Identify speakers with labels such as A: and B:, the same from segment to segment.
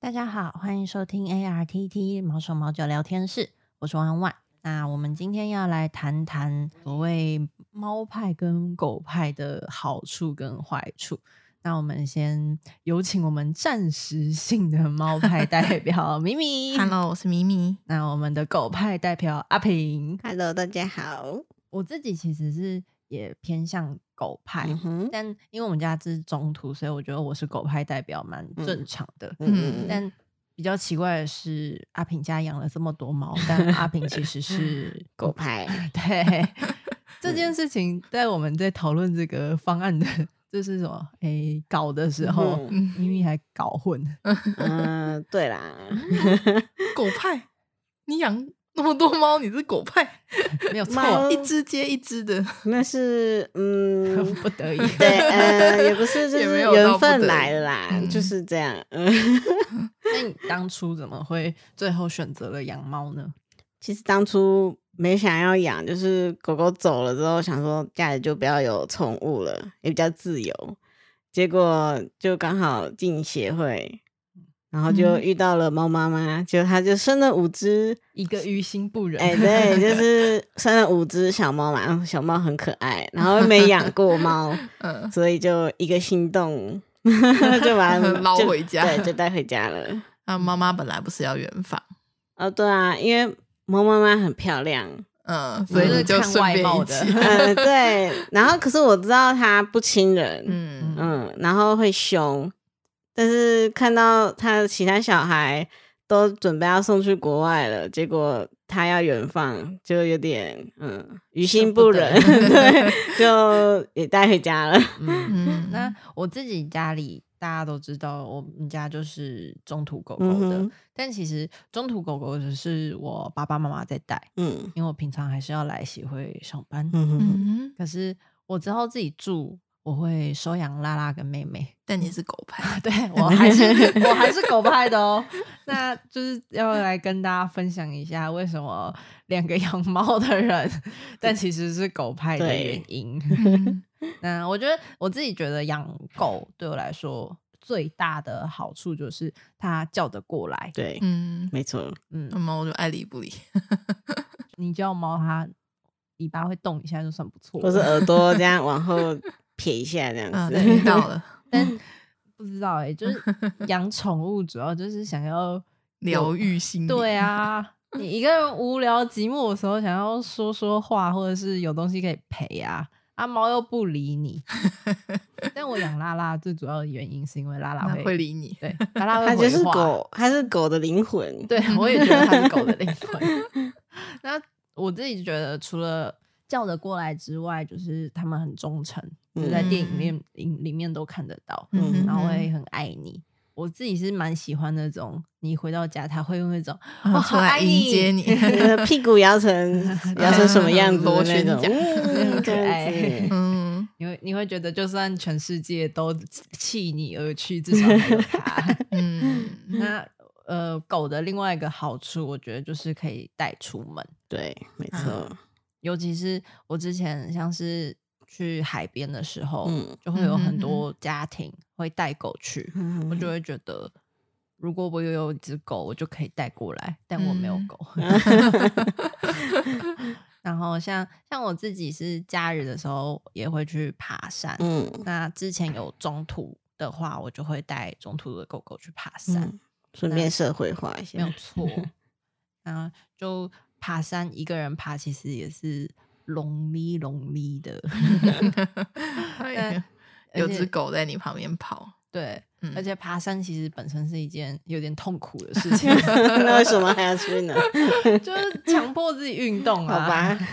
A: 大家好，欢迎收听 ARTT 毛手毛脚聊天室，我是弯弯。那我们今天要来谈谈所谓猫派跟狗派的好处跟坏处。那我们先有请我们暂时性的猫派 代表米米
B: Hello，我是咪咪。
A: 那我们的狗派代表阿平。
C: Hello，大家好。
A: 我自己其实是也偏向狗派，
C: 嗯哼，
A: 但因为我们家是中途，所以我觉得我是狗派代表蛮正
C: 嗯
A: 常的。
B: 嗯
A: 但比较奇怪的是，阿平家养了这么多猫，但阿平其实是
C: 狗。派，
A: 对这件事情，在我们在讨论这个方案的，就是什么诶、搞的时候，
C: 嗯
B: 嗯，
A: 咪咪还搞混，
C: 嗯，对 啦，
B: 狗派，你养那么多猫，你是狗派，
A: 没有错，
C: 猫
B: 一只接一只的。
C: 那是 嗯，
A: 不得已。
C: 对，呃，也不是，就
B: 也
C: 是
B: 没有到
C: 缘
B: 不得
C: 分
B: 已
C: 来了啦，
B: 嗯
C: 就是这样。嗯，
A: 那你当初怎么会最后选择了养猫呢？
C: 其实当初没想要养，就是狗狗走了之后，想说家里就不要有宠物了，也比较自由。结果就刚好进协会，然后就
B: 嗯
C: 遇到了猫妈妈，结果她就生了五只。
A: 一个于心不忍，
C: 哎、对，就是生了五只小猫嘛，然后小猫很可爱，然后没养过猫，
B: 嗯，
C: 所以就一个心动， 就把它们
B: 捞
C: 就
B: 回家
C: 对，就带回家了。
B: 啊，妈妈本来不是要远访，
C: 哦，对啊，因为猫妈妈很漂亮，
B: 嗯，所以
A: 嗯
B: 你就
A: 看
B: 顺
A: 外
B: 便
A: 貌
B: 一
A: 的
B: 起。
C: 嗯，对。然后可是我知道它不亲人，嗯
B: 嗯，
C: 然后会凶，但是看到它其他小孩都准备要送去国外了，结果它要远放，就有点嗯于心不忍， 对，就也带回家了。
A: 嗯
B: 嗯
A: 那我自己家里大家都知道，我们家就是中途狗狗
C: 嗯
A: 的，
C: 哼
A: 但其实中途狗狗只是我爸爸妈妈在带，
C: 嗯
A: 因为我平常还是要来协会上班。
C: 嗯哼，
B: 嗯，
A: 可是我之后自己住，我会收养拉拉跟妹妹。
B: 但你是狗 派，
A: 对我还 是我还是狗派的哦。那就是要来跟大家分享一下，为什么两个养猫的人，但其实是狗派的
C: 对
A: 原因。
B: 嗯
A: 那我觉得我自己觉得养狗对我来说最大的好处就是它叫得过来。
C: 对，
B: 嗯，
C: 没错，
A: 嗯
B: 那，猫就爱理 不理。
A: 你叫猫它尾巴会动一下就算不错
C: 或是
A: 了。
C: 耳朵这样往后撇一下这样
B: 嗯，
C: 子。
B: 听到 了，
A: 但不知道哎、就是养宠物主要就是想要
B: 疗愈心理。
A: 对，啊。你一个人无聊寂寞的时候，想要说说话，或者是有东西可以陪啊，啊猫又不理你。但我养拉拉最主要的原因是因为拉拉
B: 它
A: 会
B: 啊会理你。
A: 对拉拉会
C: 它就是
A: 回话
C: 狗，它是狗的灵魂。
A: 对，我也觉得它是狗的灵 魂。那我自己觉得，除了叫得过来之外，就是他们很忠诚，就在电影面影里面都看得到，
C: 嗯
A: 然后
B: 啊
A: 会很爱你。我自己是蛮喜欢那种，你回到家，他会用那种
B: 嗯
A: 我
B: 出
A: 好
B: 来
A: 爱
B: 迎接 你。
C: 你的嗯屁股摇成 摇成什么样子的
B: 螺
C: 那
B: 旋
C: 种，
B: 桨
C: 嗯，这样
A: 很
C: 子，
B: 嗯
A: 你会你会觉得，就算全世界都弃你而去，至少还有它。
B: 嗯，
A: 那呃，狗的另外一个好处，我觉得就是可以带出门。
C: 对，没错，
A: 尤其是我之前像是去海边的时候，
C: 嗯
A: 就会有很
B: 嗯哼
A: 多家庭会带狗去，我就会觉得，如果我有一只狗，我就可以带过来，但我没有
B: 嗯
A: 狗。然后像像我自己是假日的时候也会去爬山，
C: 嗯
A: 那之前有中途的话，我就会带中途的狗狗去爬山。
C: 嗯，顺便社会化一下
A: 没有，错。啊，就爬山一个人爬，其实也是 lonely lonely 的。
B: 哎
A: 而
B: 有
A: 且
B: 只狗在你旁边跑，
A: 对，
B: 嗯
A: 而且爬山其实本身是一件有点痛苦的 事情，
C: 那为什么还要去呢？
A: 就是强迫自己运动
C: 好
A: 啊。
C: 吧，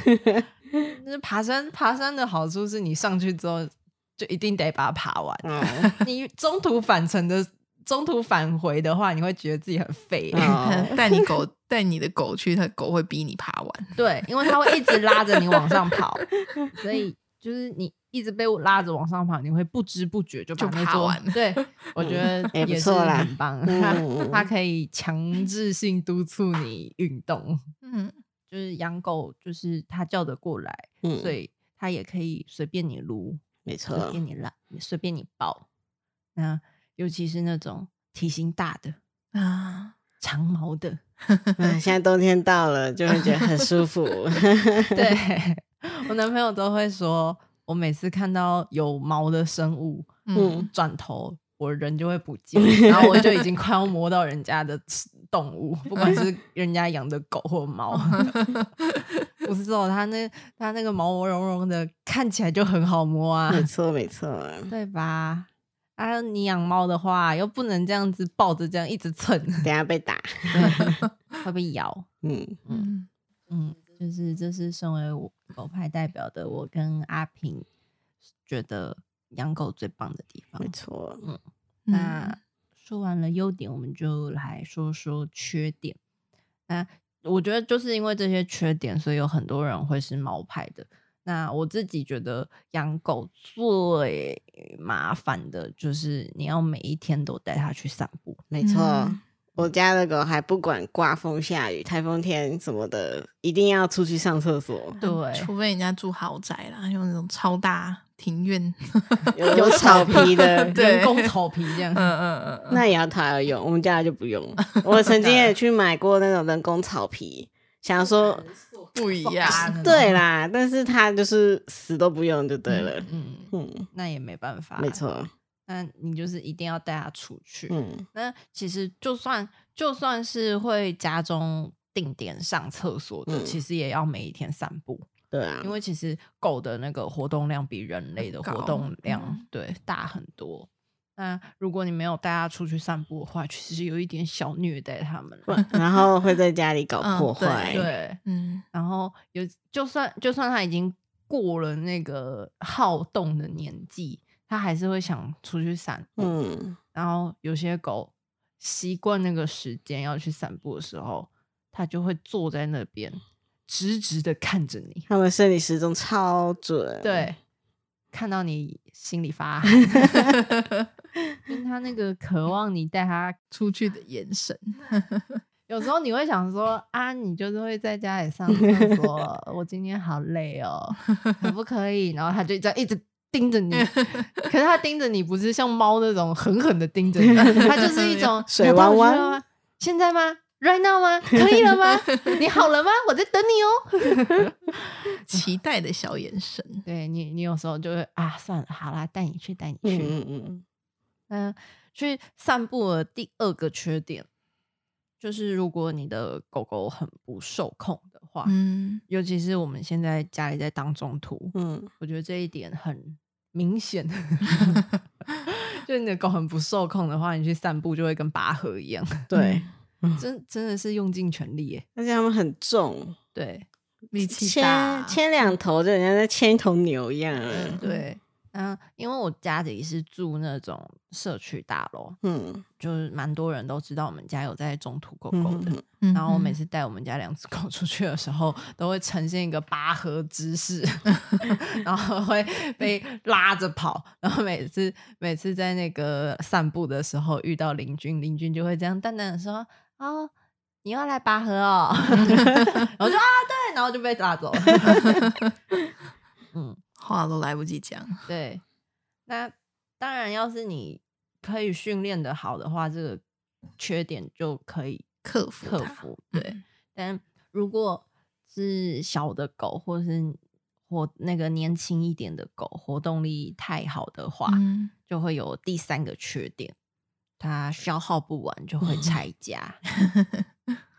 A: 就是爬山，爬山的好处是你上去之后就一定得把它爬完。
C: 嗯，
A: 你中途返程的，中途返回的话，你会觉得自己很废、
C: 哦
B: 带你狗带你的狗去，它狗会逼你爬完。
A: 对，因为它会一直拉着你往上跑， 所以就是你一直被拉着往上跑，你会不知不觉就把
B: 就
A: 那
B: 爬
A: 座
B: 完了
A: 对，我觉
C: 嗯
A: 得
C: 也不
A: 也是
C: 错啦
A: 很棒，它
C: 嗯
A: 它可以强制性督促你运动。
B: 嗯
A: 就是养狗，就是它叫得过来，
C: 嗯
A: 所以它也可以随便你撸，
C: 没
A: 随
C: 错，
A: 便你拉，随便你抱。那尤其是那种体型大的，
B: 啊，
A: 长毛 的。
C: 嗯，现在冬天到了，就会觉得很舒 服。
A: 对我男朋友都会说，我每次看到有毛的生物，
B: 嗯，
A: 转头我人就会不见，然后我就已经快要摸到人家的动物，不管 是人家养的狗或猫。不是哦，它那它那个毛茸茸的，看起来就很好摸啊，
C: 没错，没错。
A: 对吧？啊，你养猫的话，又不能这样子抱着这样一直蹭，
C: 等下被打。
A: 会被咬。
C: 嗯，
B: 嗯
A: 嗯，就是这是身为我狗派代表的我跟阿平觉得养狗最棒的地方
C: 没。错。嗯
A: 那说完了优点，我们就来说说缺点。那我觉得就是因为这些缺点，所以有很多人会是猫派的。那我自己觉得养狗最麻烦的就是你要每一天都带它去散 步。。
C: 没错，我家的狗还不管刮风下雨、台风天什么的，一定要出去上厕所
B: 嗯除非人家住豪宅啦，用那种超大庭院，
C: 有有草皮 的，
B: 对
A: 人工草皮这样
B: 嗯。嗯嗯嗯，
C: 那也要他要用，我们家的就不用。我曾经 也去买过那种人工草皮，想说
A: 呃
B: 不一样，
A: 嗯
C: 对啦，但是他就是死都不用就对了。
A: 嗯，
C: 嗯，
A: 那也没办法，
C: 没。错。
A: 那你就是一定要带它出去。
C: 嗯，
A: 那其实就算就算是会家中定点上厕所的，
C: 嗯
A: 其实也要每一天散步，
C: 对啊
A: 因，为其实狗的那个活动量比人类的
B: 嗯高
A: 活动量、
B: 嗯
A: 对大很多。那如果你没有带它出去散步的话，其实有一点小虐待它们了。
C: 然后会在家里搞
B: 嗯
C: 破坏。
A: 对，
B: 嗯，
A: 然后有就算就算它已经过了那个好动的年纪，它还是会想出去散步。
C: 嗯，
A: 然后有些狗习惯那个时间要去散步的时候，它就会坐在那边直直的看着你，
C: 他们生理时钟超准。，
A: 对，看到你心里发寒，因为它那个渴望你带它。
B: 出去的眼神，
A: 有时候你会想说啊，你就是会在家里上厕所，我今天好累哦，可不可以？然后它就这样一直盯着你，可是它盯着你不是像猫那种狠狠的盯着你，它就是一种
C: 水汪汪
A: 你要带我去了吗现在吗？Right now 吗？可以了吗？你好了吗？我在等你哦。
B: 期待的小眼神，
A: 对你，你有时候就会啊，算了，好啦，带你去，带你
C: 嗯
A: 去。
C: 嗯嗯，
A: 嗯，去散步的第二个缺点就是，如果你的狗狗很不受控的话，
B: 嗯
A: 尤其是我们现在家里在当中途，
C: 嗯，
A: 我觉得这一点很明显。 就你的狗很不受控的话，你去散步就会跟拔河一样，
C: 对，
A: 真真的是用尽全力耶。
C: 而且他们很重，
A: 对
B: 力气
C: 牵
B: 大，
C: 牵两头就人家在牵一头牛一样啊。
A: 对，嗯，因为我家里是住那种社区大楼，
C: 嗯，
A: 就是蛮多人都知道我们家有在中途狗
C: 嗯
A: 狗的。
C: 嗯
B: 嗯
A: 然后我每
B: 嗯
A: 次带我们家两只狗出去的时候，都会呈现一个拔河姿 势，然后会被拉着跑。然后每次每次在那个散步的时候遇到邻居，邻居就会这样淡淡的说：“哦，你要来拔河 哦。”然后我就啊对，然后就被拉走了。 嗯，
B: 话都来不及讲，
A: 对，那当然，要是你可以训练的好的话，这个缺点就可以
B: 克服
A: 克
B: 它
A: 服。
B: 嗯
A: 对，但如果是小的狗，或是活那个年轻一点的狗，活动力太好的话，
B: 嗯
A: 就会有第三个缺点，它消耗不完就 会拆家。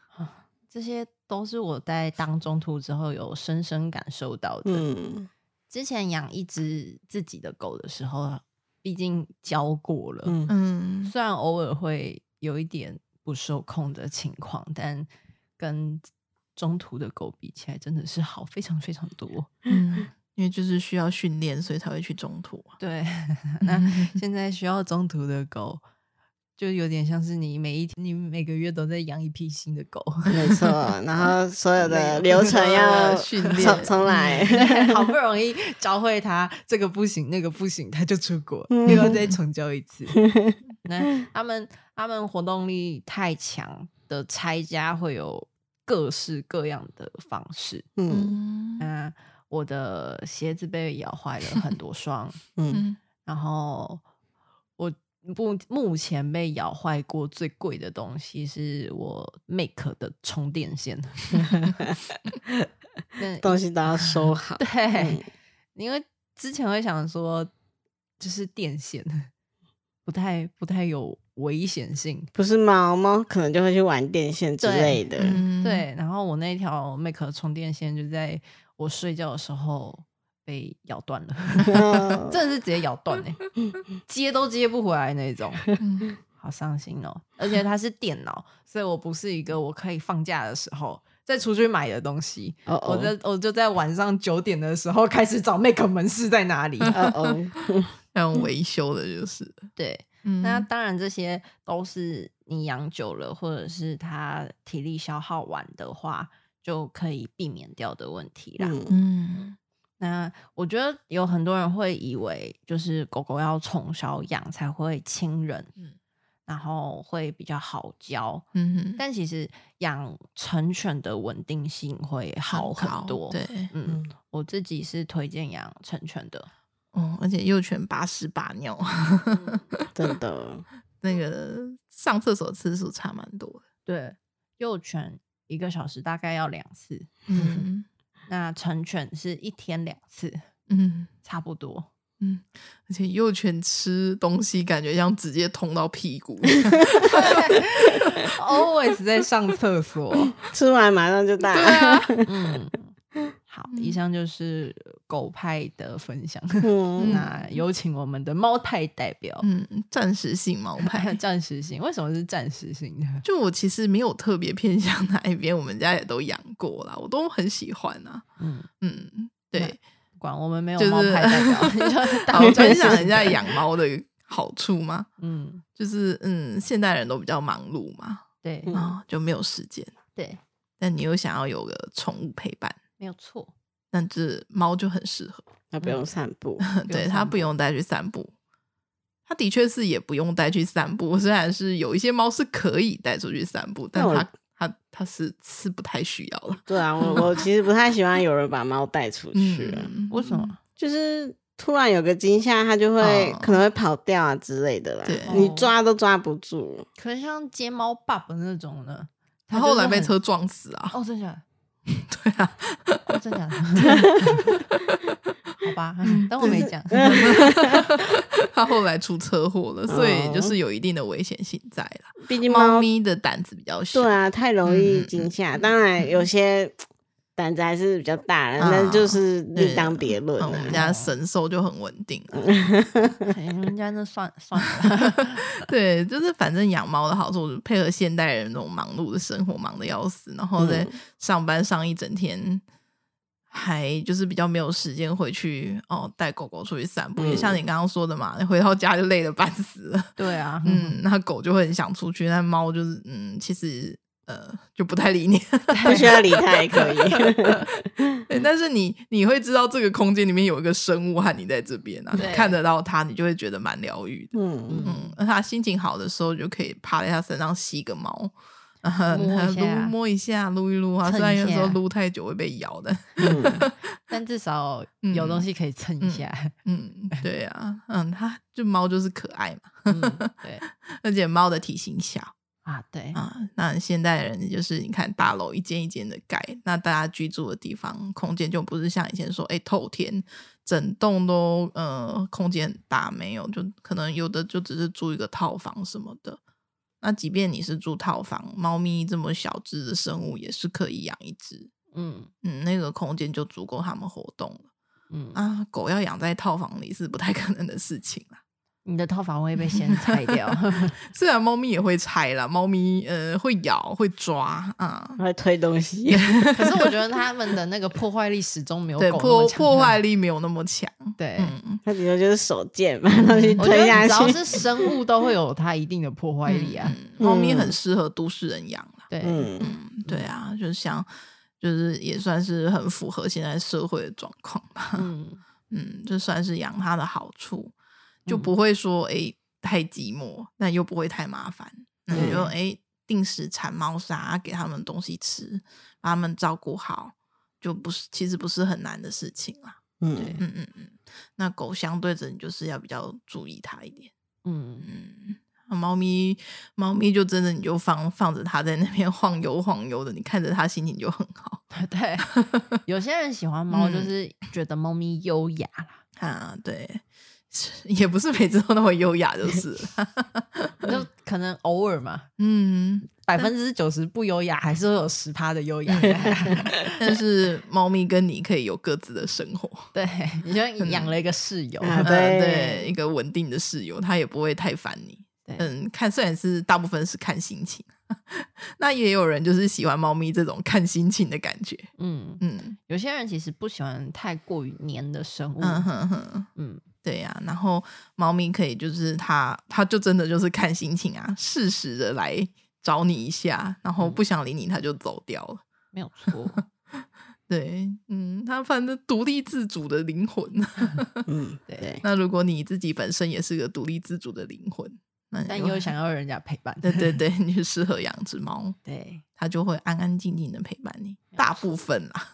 A: 啊这些都是我在当中途之后有深深感受到的。
C: 嗯
A: 之前养一只自己的狗的时候，毕竟教过了，
C: 嗯
B: 嗯
A: 虽然偶尔会有一点不受控的情况，但跟中途的狗比起来，真的是好非常非常多。
B: 嗯，因为就是需要训练，所以才会去中途啊。
A: 对， 那现在需要中途的狗，就有点像是你每一天、你每个月都在养一批新的狗，
C: 没错。然后所有的流程要
B: 训
C: 重
B: 练
C: 重来。
A: 好不容易教会它这个不行那个不行，它就出国，
C: 嗯
A: 又要再重教一 次。那他们他们活动力太强的拆家会有各式各样的方式。
C: 嗯
B: 嗯
A: 那我 的鞋子被咬坏了很多双，
C: 嗯
B: 嗯
A: 然后我目目前被咬坏过最贵的东西是我 Make 的充电 线， 那
C: 东西都要收好。
A: 对
C: 嗯，
A: 因为之前会想说，就是电线不太不太有危险性，
C: 不是猫猫可能就会去玩电线之
A: 对
C: 类的，
B: 嗯，
A: 对。然后我那条 Make 充电线就在我睡觉的时候被咬断了，
C: 哦
A: 真的是直接咬断哎、接都接不回来那种。
B: 嗯
A: 好伤心哦！而且它是电脑，所以我不是一个我可以放假的时候再出去买的东西。
C: 哦
A: 我
C: 哦
A: 的我就在晚上九点的时候开始找 Make 门市在哪里。
C: 哦 哦，
B: 那种维修的就是，
A: 对，嗯
B: 嗯
A: 那当然这些都是你养久了，或者是它体力消耗完的话，就可以避免掉的问题啦。
C: 嗯
B: 嗯
A: 那我觉得有很多人会以为，就是狗狗要从小养才会亲人，
B: 嗯
A: 然后会比较好教。
B: 嗯哼，
A: 但其实养成犬的稳定性会好
B: 很高
A: 很多。
B: 对，
A: 嗯，我自己是推荐养成犬的。
B: 哦，而且幼犬把屎把尿，
C: 真的，
B: 那个上厕所次数差蛮多的，
A: 对，幼犬一个小时大概要两次，
B: 嗯
A: 那成犬是一天两次，
B: 嗯。
A: 差不多。
B: 嗯，而且幼犬吃东西感觉像直接通到 屁股，
A: Always 在上厕 所。
C: 吃完马上就大。
B: 对啊，
A: 嗯，好，
B: 嗯
A: 以上就是狗派的分享。
C: 嗯，
A: 那有请我们的猫派代表。。
B: 嗯，暂时性毛牌
A: 暂时性，为什么是暂时性的？
B: 就我其实没有特别偏向哪一边，我们家也都养过啦，我都很喜欢啊。
A: 嗯，
B: 嗯，对，
A: 不管我们没有
B: 就是
A: 猫派代表， 你就
B: 好，
A: 打
B: 分享一下养猫的好处嘛，
A: 嗯，
B: 就是嗯，现代人都比较忙碌嘛，
A: 对
C: 嗯
B: 啊、就没有时间，
A: 对，
B: 但你又想要有个宠物陪伴，
A: 没有错。
B: 但这猫就很适合。
C: 他不用散 步，
B: 对
A: 散
B: 它不用带去散步，它的确是也不用带去散步。虽然是有一些猫是可以带出去散步，但
C: 那我
B: 它它它是是不太需要了。
C: 对啊，我我其实不太喜欢有人把猫带出去啊，
B: 嗯，
A: 为什么？
C: 就是突然有个惊吓，它就会
B: 哦
C: 可能会跑掉啊之类的啦
B: 对，
C: 你抓都抓不住，
A: 可是像睫毛爸爸那种呢，
B: 它后来
A: 就是
B: 被
A: 很
B: 车撞死啊！
A: 哦，真的假的？
B: 对啊，
A: 哦真的 假的？好吧，
B: 嗯
A: 当我没 讲。哎
B: 它后来出车祸了，所以
C: 哦
B: 就是有一定的危险性在啦。
C: 毕竟
B: 猫
C: 猫
B: 咪的胆子比较小，
C: 对啊，太容易
B: 嗯
C: 惊吓。当然，有些胆子还是比较大的，那
B: 啊
C: 就是
B: 对，
C: 另当别论啊
B: 嗯我们
C: 了。
B: 家神兽就很稳定啊。
A: 哎人家那算算 了，
B: 对，就是反正养猫的好处，就是配合现代人那种忙碌的生活，忙的要死，然后再
C: 嗯
B: 上班上一整天，还就是比较没有时间回去哦，带狗狗出去散步。也像你刚刚说的嘛，回到家就累得半死了。
A: 对啊，
B: 嗯，那狗就会很想出去，那猫就是嗯，其实呃就不太理你。
C: 不需要理它也可以。
B: 对但是你你会知道这个空间里面有一个生物和你在这边啊，你
A: 对
B: 看得到它，你就会觉得蛮疗愈的。
C: 嗯，
B: 嗯，那他心情好的时候就可以趴在他身上吸个毛， 然后
A: 摸一
B: 撸
A: 下
B: 摸一下，撸一撸啊。
A: 蹭
B: 虽
A: 一
B: 然有时候
A: 下
B: 撸太久会被咬的，
C: 嗯
A: 但至少有东西可以蹭一下。
B: 嗯，对啊，嗯，它就猫就是可爱嘛，
A: 嗯 对
B: 而且猫的体型小
A: 啊，对，
B: 啊。那现代人就是你看大楼一间一间的盖，那大家居住的地方空间就不是像以前说哎透天，整栋都呃空间很大，没有就可能有的就只是住一个套房什么的。那即便你是住套房，猫咪这么小只的生物也是可以养一只，
A: 嗯
B: 嗯，那个空间就足够它们活动了
A: 嗯，
B: 啊。狗要养在套房里是不太可能的事情啦。
A: 你的套房会被 先拆掉。
B: 虽然猫咪也会拆啦，猫咪呃会咬会抓啊，
C: 会推东 西，
A: 可是我觉得他们的那个破坏力始终没有
B: 对
A: 狗那
B: 破
A: 么强
B: 破坏力没有那么强。
A: 对。
B: 嗯，
C: 它顶多就是手贱把东西
A: 我觉得
C: 推下
A: 只要
C: 去。
A: 是生物，都会有它一定的破坏力啊。
B: 嗯猫咪很适合都市人养啦。
A: 对，
C: 嗯，
B: 嗯，对啊，就像就是也算是很符合现在社会的状况吧。
A: 嗯，
B: 嗯，这算是养它的好处，就
A: 嗯
B: 不会说诶太寂寞，但又不会太麻烦。那你就
C: 嗯
B: 诶定时铲猫砂，给它们东西吃，把它们照顾好，就不是其实不是很难的事情啦。
C: 嗯
A: 对，
B: 嗯嗯嗯，那狗相对着你就是要比较注意它一点。
A: 嗯，
B: 嗯，啊猫咪猫咪就真的你就放放着它在那边晃悠晃悠的，你看着它心情就很好
A: 对，有些人喜欢猫，就
B: 嗯
A: 是觉得猫咪优雅 啦，
B: 啊。对，也不是每次都那么优雅，就是了
A: 就可能偶尔嘛，
B: 嗯。
A: 百分之九十不优雅，还是会有十趴的优雅。
B: 但是猫咪跟你可以有各自的生活，
A: 对，你就养了一个室友，
C: 啊
B: 呃
C: 对
B: 嗯对，一个稳定的室友，它也不会太烦你。
A: 对
B: 嗯，看虽然是大部分是看心情， 那也有人就是喜欢猫咪这种看心情的感觉。
A: 嗯，
B: 嗯
A: 有些人其实不喜欢太过于黏的生物，
B: 嗯哼哼。
A: 嗯，
B: 对呀、然后猫咪可以就是它，它就真的就是看心情啊，适时的来找你一下，然后不想理你，它就走掉了。
A: 没有错，
B: 对，嗯，它反正独立自主的灵魂。
C: 嗯，
A: 对
C: 对，
B: 那如果你自己本身也是个独立自主的灵魂，那你
A: 但
B: 就
A: 又想要人家陪伴，
B: 对对对，你就适合养只猫，
A: 对，
B: 它就会安安静静的陪伴你，大部分啦。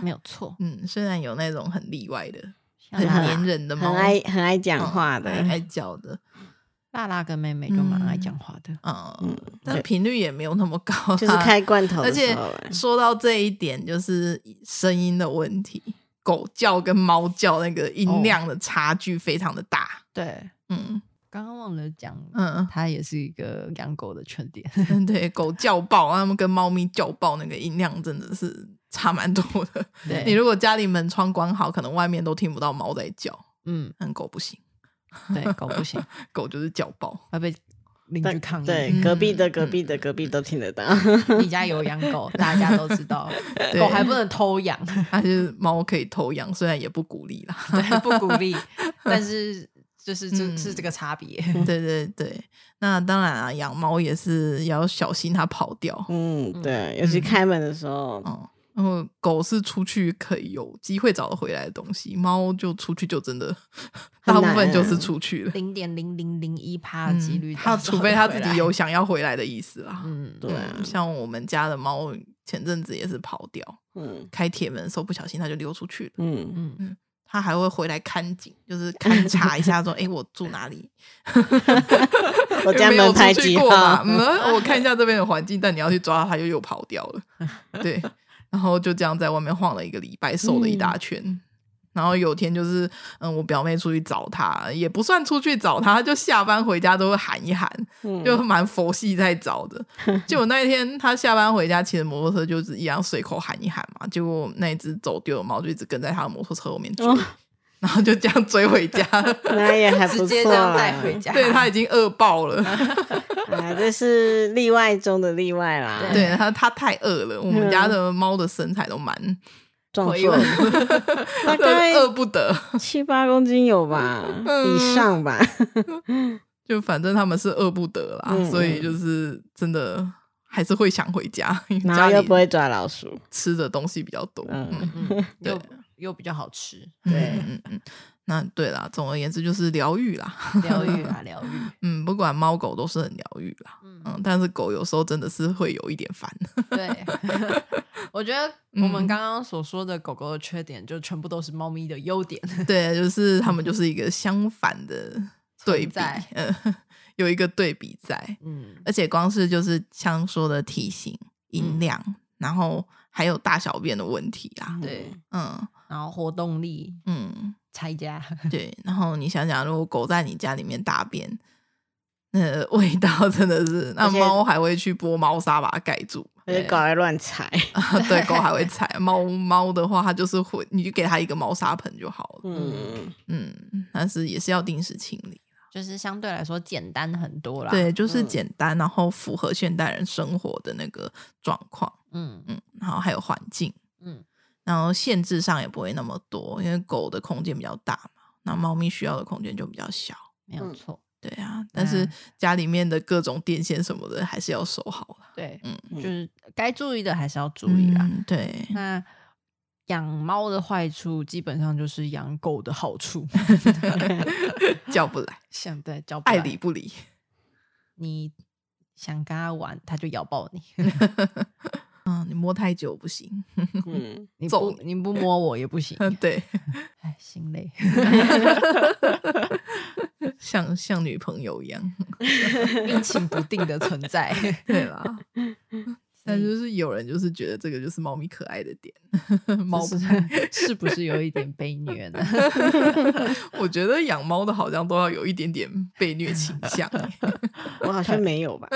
A: 没有 错，
B: 嗯，虽然有那种很例外的、
A: 像
B: 很
A: 辣
C: 啦
B: 粘人的猫，嗯
C: 很爱很爱讲话的，
B: 嗯爱爱叫的，
A: 辣辣跟妹妹就蛮爱讲话的，
B: 嗯
C: 嗯，
B: 但
C: 对
B: 频率也没有那么高啦，
C: 就是开罐头
B: 而
C: 的时
B: 且
C: 候欸，
B: 说到这一点，就是声音的问题，狗叫跟猫叫那个音量的差距非常的大。
A: 对，
B: 嗯
A: 刚刚忘了讲，
B: 嗯
A: 它也是一个养狗的缺点，
B: 嗯，对，狗叫爆，它们跟猫咪叫爆那个音量真的是差蛮多的。
A: 对
B: 你如果家里门窗关好，可能外面都听不到猫在叫，
A: 嗯，
B: 但狗不行，
A: 对，狗不行，
B: 狗就是叫爆。
A: 会被邻居抗议。
C: 对，
B: 嗯
C: 隔壁的隔壁的隔壁都听得 到，
A: 你家有养 狗，大家都知道，狗还不能偷养，
B: 它就是猫可以偷养，虽然也不鼓励啦。
A: 对， 不鼓励，但是就是这、
B: 嗯
A: 是这个差别。
B: 对对对，那当然啊，养猫也是要小心它跑掉。
C: 嗯，对，尤其开门的时候，
B: 哦，然后狗是出去可以有机会找得回来的东西，猫就出去就真的
C: 很
B: 大
C: 难
B: 部分就是出去了，
A: 零点零零零一趴的
B: 嗯
A: 几率，
B: 它除非它自己 有，想要回来的意思啦。
A: 嗯，
C: 对啊
B: 嗯，像我们家的猫前阵子也是跑掉，
C: 嗯
B: 开铁门的时候不小心它就溜出去了。
C: 嗯，
A: 嗯，
B: 它还会回来看景，就是勘察一下，说：“哎、我住哪里？
C: 嗯 我家
B: 没有
C: 门牌
B: 出去
C: 几
B: 过嘛
C: 号？
B: 嗯，我看一下这边的环境，但你要去抓它，它又又跑掉 了。对，然后就这样在外面晃了一个礼拜，瘦了一
C: 嗯
B: 大圈。然后有天就是，嗯，我表妹出去找她，也不算出去找她，就下班回家都会喊一喊，
C: 嗯
B: 就蛮佛系在找 的。结果那一天她下班回家骑着摩托车，就是一样随口喊一喊嘛。结果那一只走丢的猫就一直跟在她的摩托车后面追，
C: 哦
B: 然后就这样追回 家。
C: 那也还不
A: 直接
C: 错
A: 这样
C: 啦。
A: 带回家，
B: 对，她已经饿爆 了。
C: 啊，这是例外中的例外啦。
B: 对它，它太饿了。我们家
C: 嗯
B: 的猫的身材都蛮，
C: 壮
A: 回
C: 硕
A: 温
C: 大概
B: 饿不得。
C: 七八公斤有吧，
B: 嗯
C: 以上 吧。
B: 就反正他们是饿不得啦，
C: 嗯
B: 所以就是真的还是会想回家，因为
C: 然后
B: 家
C: 又不
B: 里
C: 会抓老鼠，
B: 吃的东西比较多。
C: 嗯
B: 嗯，
A: 嗯，
B: 对
A: 又又比较好吃，
B: 对， 嗯嗯嗯。那对啦，总而言之就是疗愈啦。
A: 疗愈啊，疗愈，
B: 嗯，不管猫狗都是很疗愈啦。
A: 嗯，
B: 嗯，但是狗有时候真的是会有一点烦。
A: 对。 我觉得我们刚刚所说的狗狗的缺点，就全部都是猫咪的优点。
B: 对，啊就是他们就是一个相反的对比
A: 存在，
B: 嗯， 有一个对比在。
A: 嗯，
B: 而且光是就是像说的体型、音量，然后还有大小便的问题啦。
A: 对，
B: 嗯
A: 然后活动力、
B: 嗯，
A: 拆家，
B: 对。然后你想想，如果狗在你家里面大便，那个味道真的是，那
C: 而且
B: 猫还会去拨猫砂把它盖住。
C: 而且
A: 对
C: 搞来乱踩。
B: 对，狗还 会踩。猫猫的话，它就是会，你就给它一个猫砂盆就好了。
C: 嗯，
B: 嗯，但是也是要定时清理。
A: 就是相对来说简单很多啦。
B: 对，，就是
C: 嗯
B: 简单，然后符合现代人生活的那个状况。
A: 嗯
B: 嗯，然后还有环境，
A: 嗯，
B: 然后限制上也不会那么多，因为狗的空间比较大嘛，那猫咪需要的空间就比较小。
A: 没有
C: 嗯
A: 错。
B: 对啊，但是
A: 嗯
B: 家里面的各种电线什么的还是要守好了。
A: 对，
B: 嗯
A: 就是该注意的还是要注意啊啦。
B: 嗯 对，
A: 那养猫的坏处基本上就是养狗的好处，
B: 叫不来，
A: 像 对叫不
B: 爱
A: 来
B: 理不理。
A: 你想跟它玩，它就咬爆你；
B: 嗯，你摸太久不 行。
C: 嗯，
A: 你
B: 揍
A: 不你不 摸我也不行。
B: 对，
A: 哎，心累。
B: 像像女朋友 一样。
A: 阴晴不定的存在。
B: 对啦， 但就是有人就是觉得这个就是猫咪可爱的点，猫
A: 不
B: 不
A: 是
B: 太
A: 是不是有一点被虐呢？ 啊
B: 我觉得养猫的好像都要有一点点被虐倾 向欸，
C: 我好像没有 吧？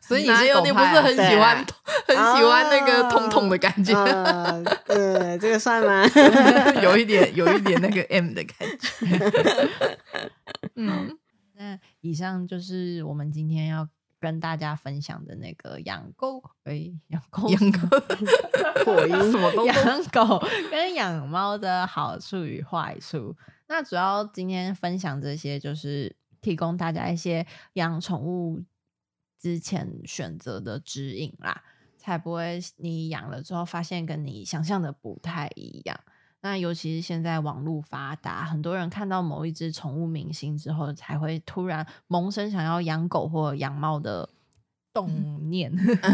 A: 所以你
B: 哪
A: 是
B: 有
A: 狗
B: 你不
A: 派
B: 是
A: 啊
B: 很啊
C: 对
B: 喜欢、
C: 啊
B: 很喜欢那个痛痛的感觉，
C: 呃，呃这个算吗？
B: 有一点有一点那个 M 的感觉。 嗯，
A: 那以上就是我们今天要跟大家分享的那个养狗，诶、养狗，
B: 养狗
C: 火音
B: 什么都
A: 养狗跟养猫的好处与坏处。那主要今天分享这些，就是提供大家一些养宠物之前选择的指引啦，才不会你养了之后发现跟你想象的不太一样。那尤其是现在网络发达，很多人看到某一只宠物明星之后，才会突然萌生想要养狗或养猫的 动念，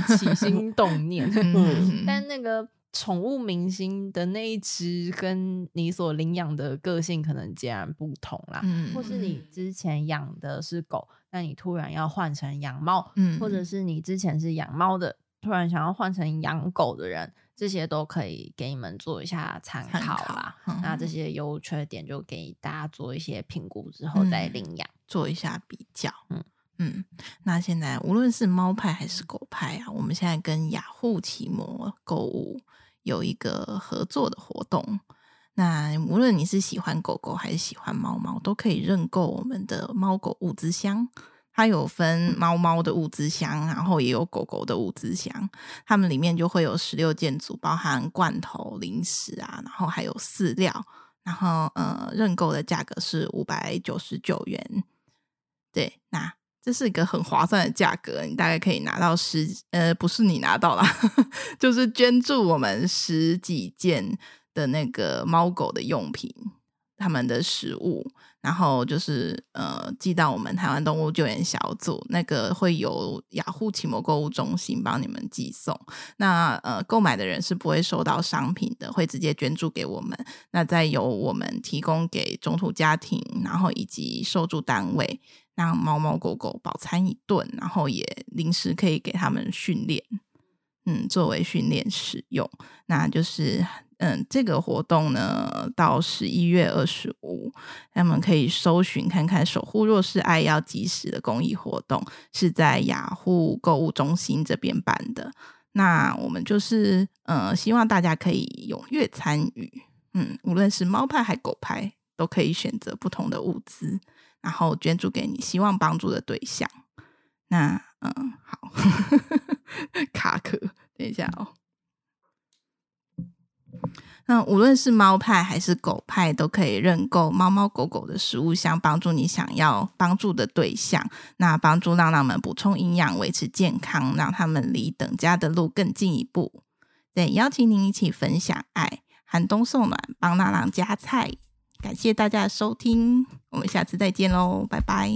A: 起心动念。
B: 嗯，
A: 但那个宠物明星的那一只跟你所领养的个性可能截然不同啦，
B: 嗯
A: 或是你之前养的是狗，那你突然要换成养猫，
B: 嗯
A: 或者是你之前是养猫的，突然想要换成养狗的人，这些都可以给你们做一下参
B: 参
A: 考
B: 考
A: 啦。
B: 嗯
A: 那这些优缺点就给大家做一些评估之后再
B: 嗯
A: 领养。
B: 做一下比较。
A: 嗯
B: 嗯嗯，那现在无论是猫派还是狗派啊，我们现在跟雅虎奇摩购物有一个合作的活动。那无论你是喜欢狗狗还是喜欢猫猫，都可以认购我们的猫狗物资箱。它有分猫猫的物资箱，然后也有狗狗的物资箱。它们里面就会有十六件组，包含罐头、零食啊，然后还有饲料。然后呃，认购的价格是五百九十九元。对，那这是一个很划算的价格，你大概可以拿到十呃，不是你拿到啦， 就是捐助我们十几件的那个猫狗的用品，他们的食物，然后就是呃，寄到我们台湾动物救援小组，那个会由雅虎奇摩购物中心帮你们寄送。那呃，购买的人是不会收到商品的，会直接捐助给我们。那再由我们提供给中途家庭，然后以及受助单位，让猫猫狗狗饱餐一顿，然后也临时可以给他们训练，嗯，作为训练使用。那就是嗯，这个活动呢，到十一月二十五，他们可以搜寻看看“守护弱势爱要及时”的公益活动，是在雅虎购物中心这边办的。那我们就是呃，希望大家可以踊跃参与。嗯，无论是猫派还狗派，都可以选择不同的物资，然后捐助给你希望帮助的对象。那嗯，好，卡壳，等一下哦。那无论是猫派还是狗派，都可以认购猫猫狗狗的食物箱，帮助你想要帮助的对象。那帮助让他们补充营养，维持健康，让他们离等价的路更进一步。对，邀请您一起分享爱，寒冬送暖，帮娜郎夹菜。感谢大家的收听，我们下次再见喽，拜拜。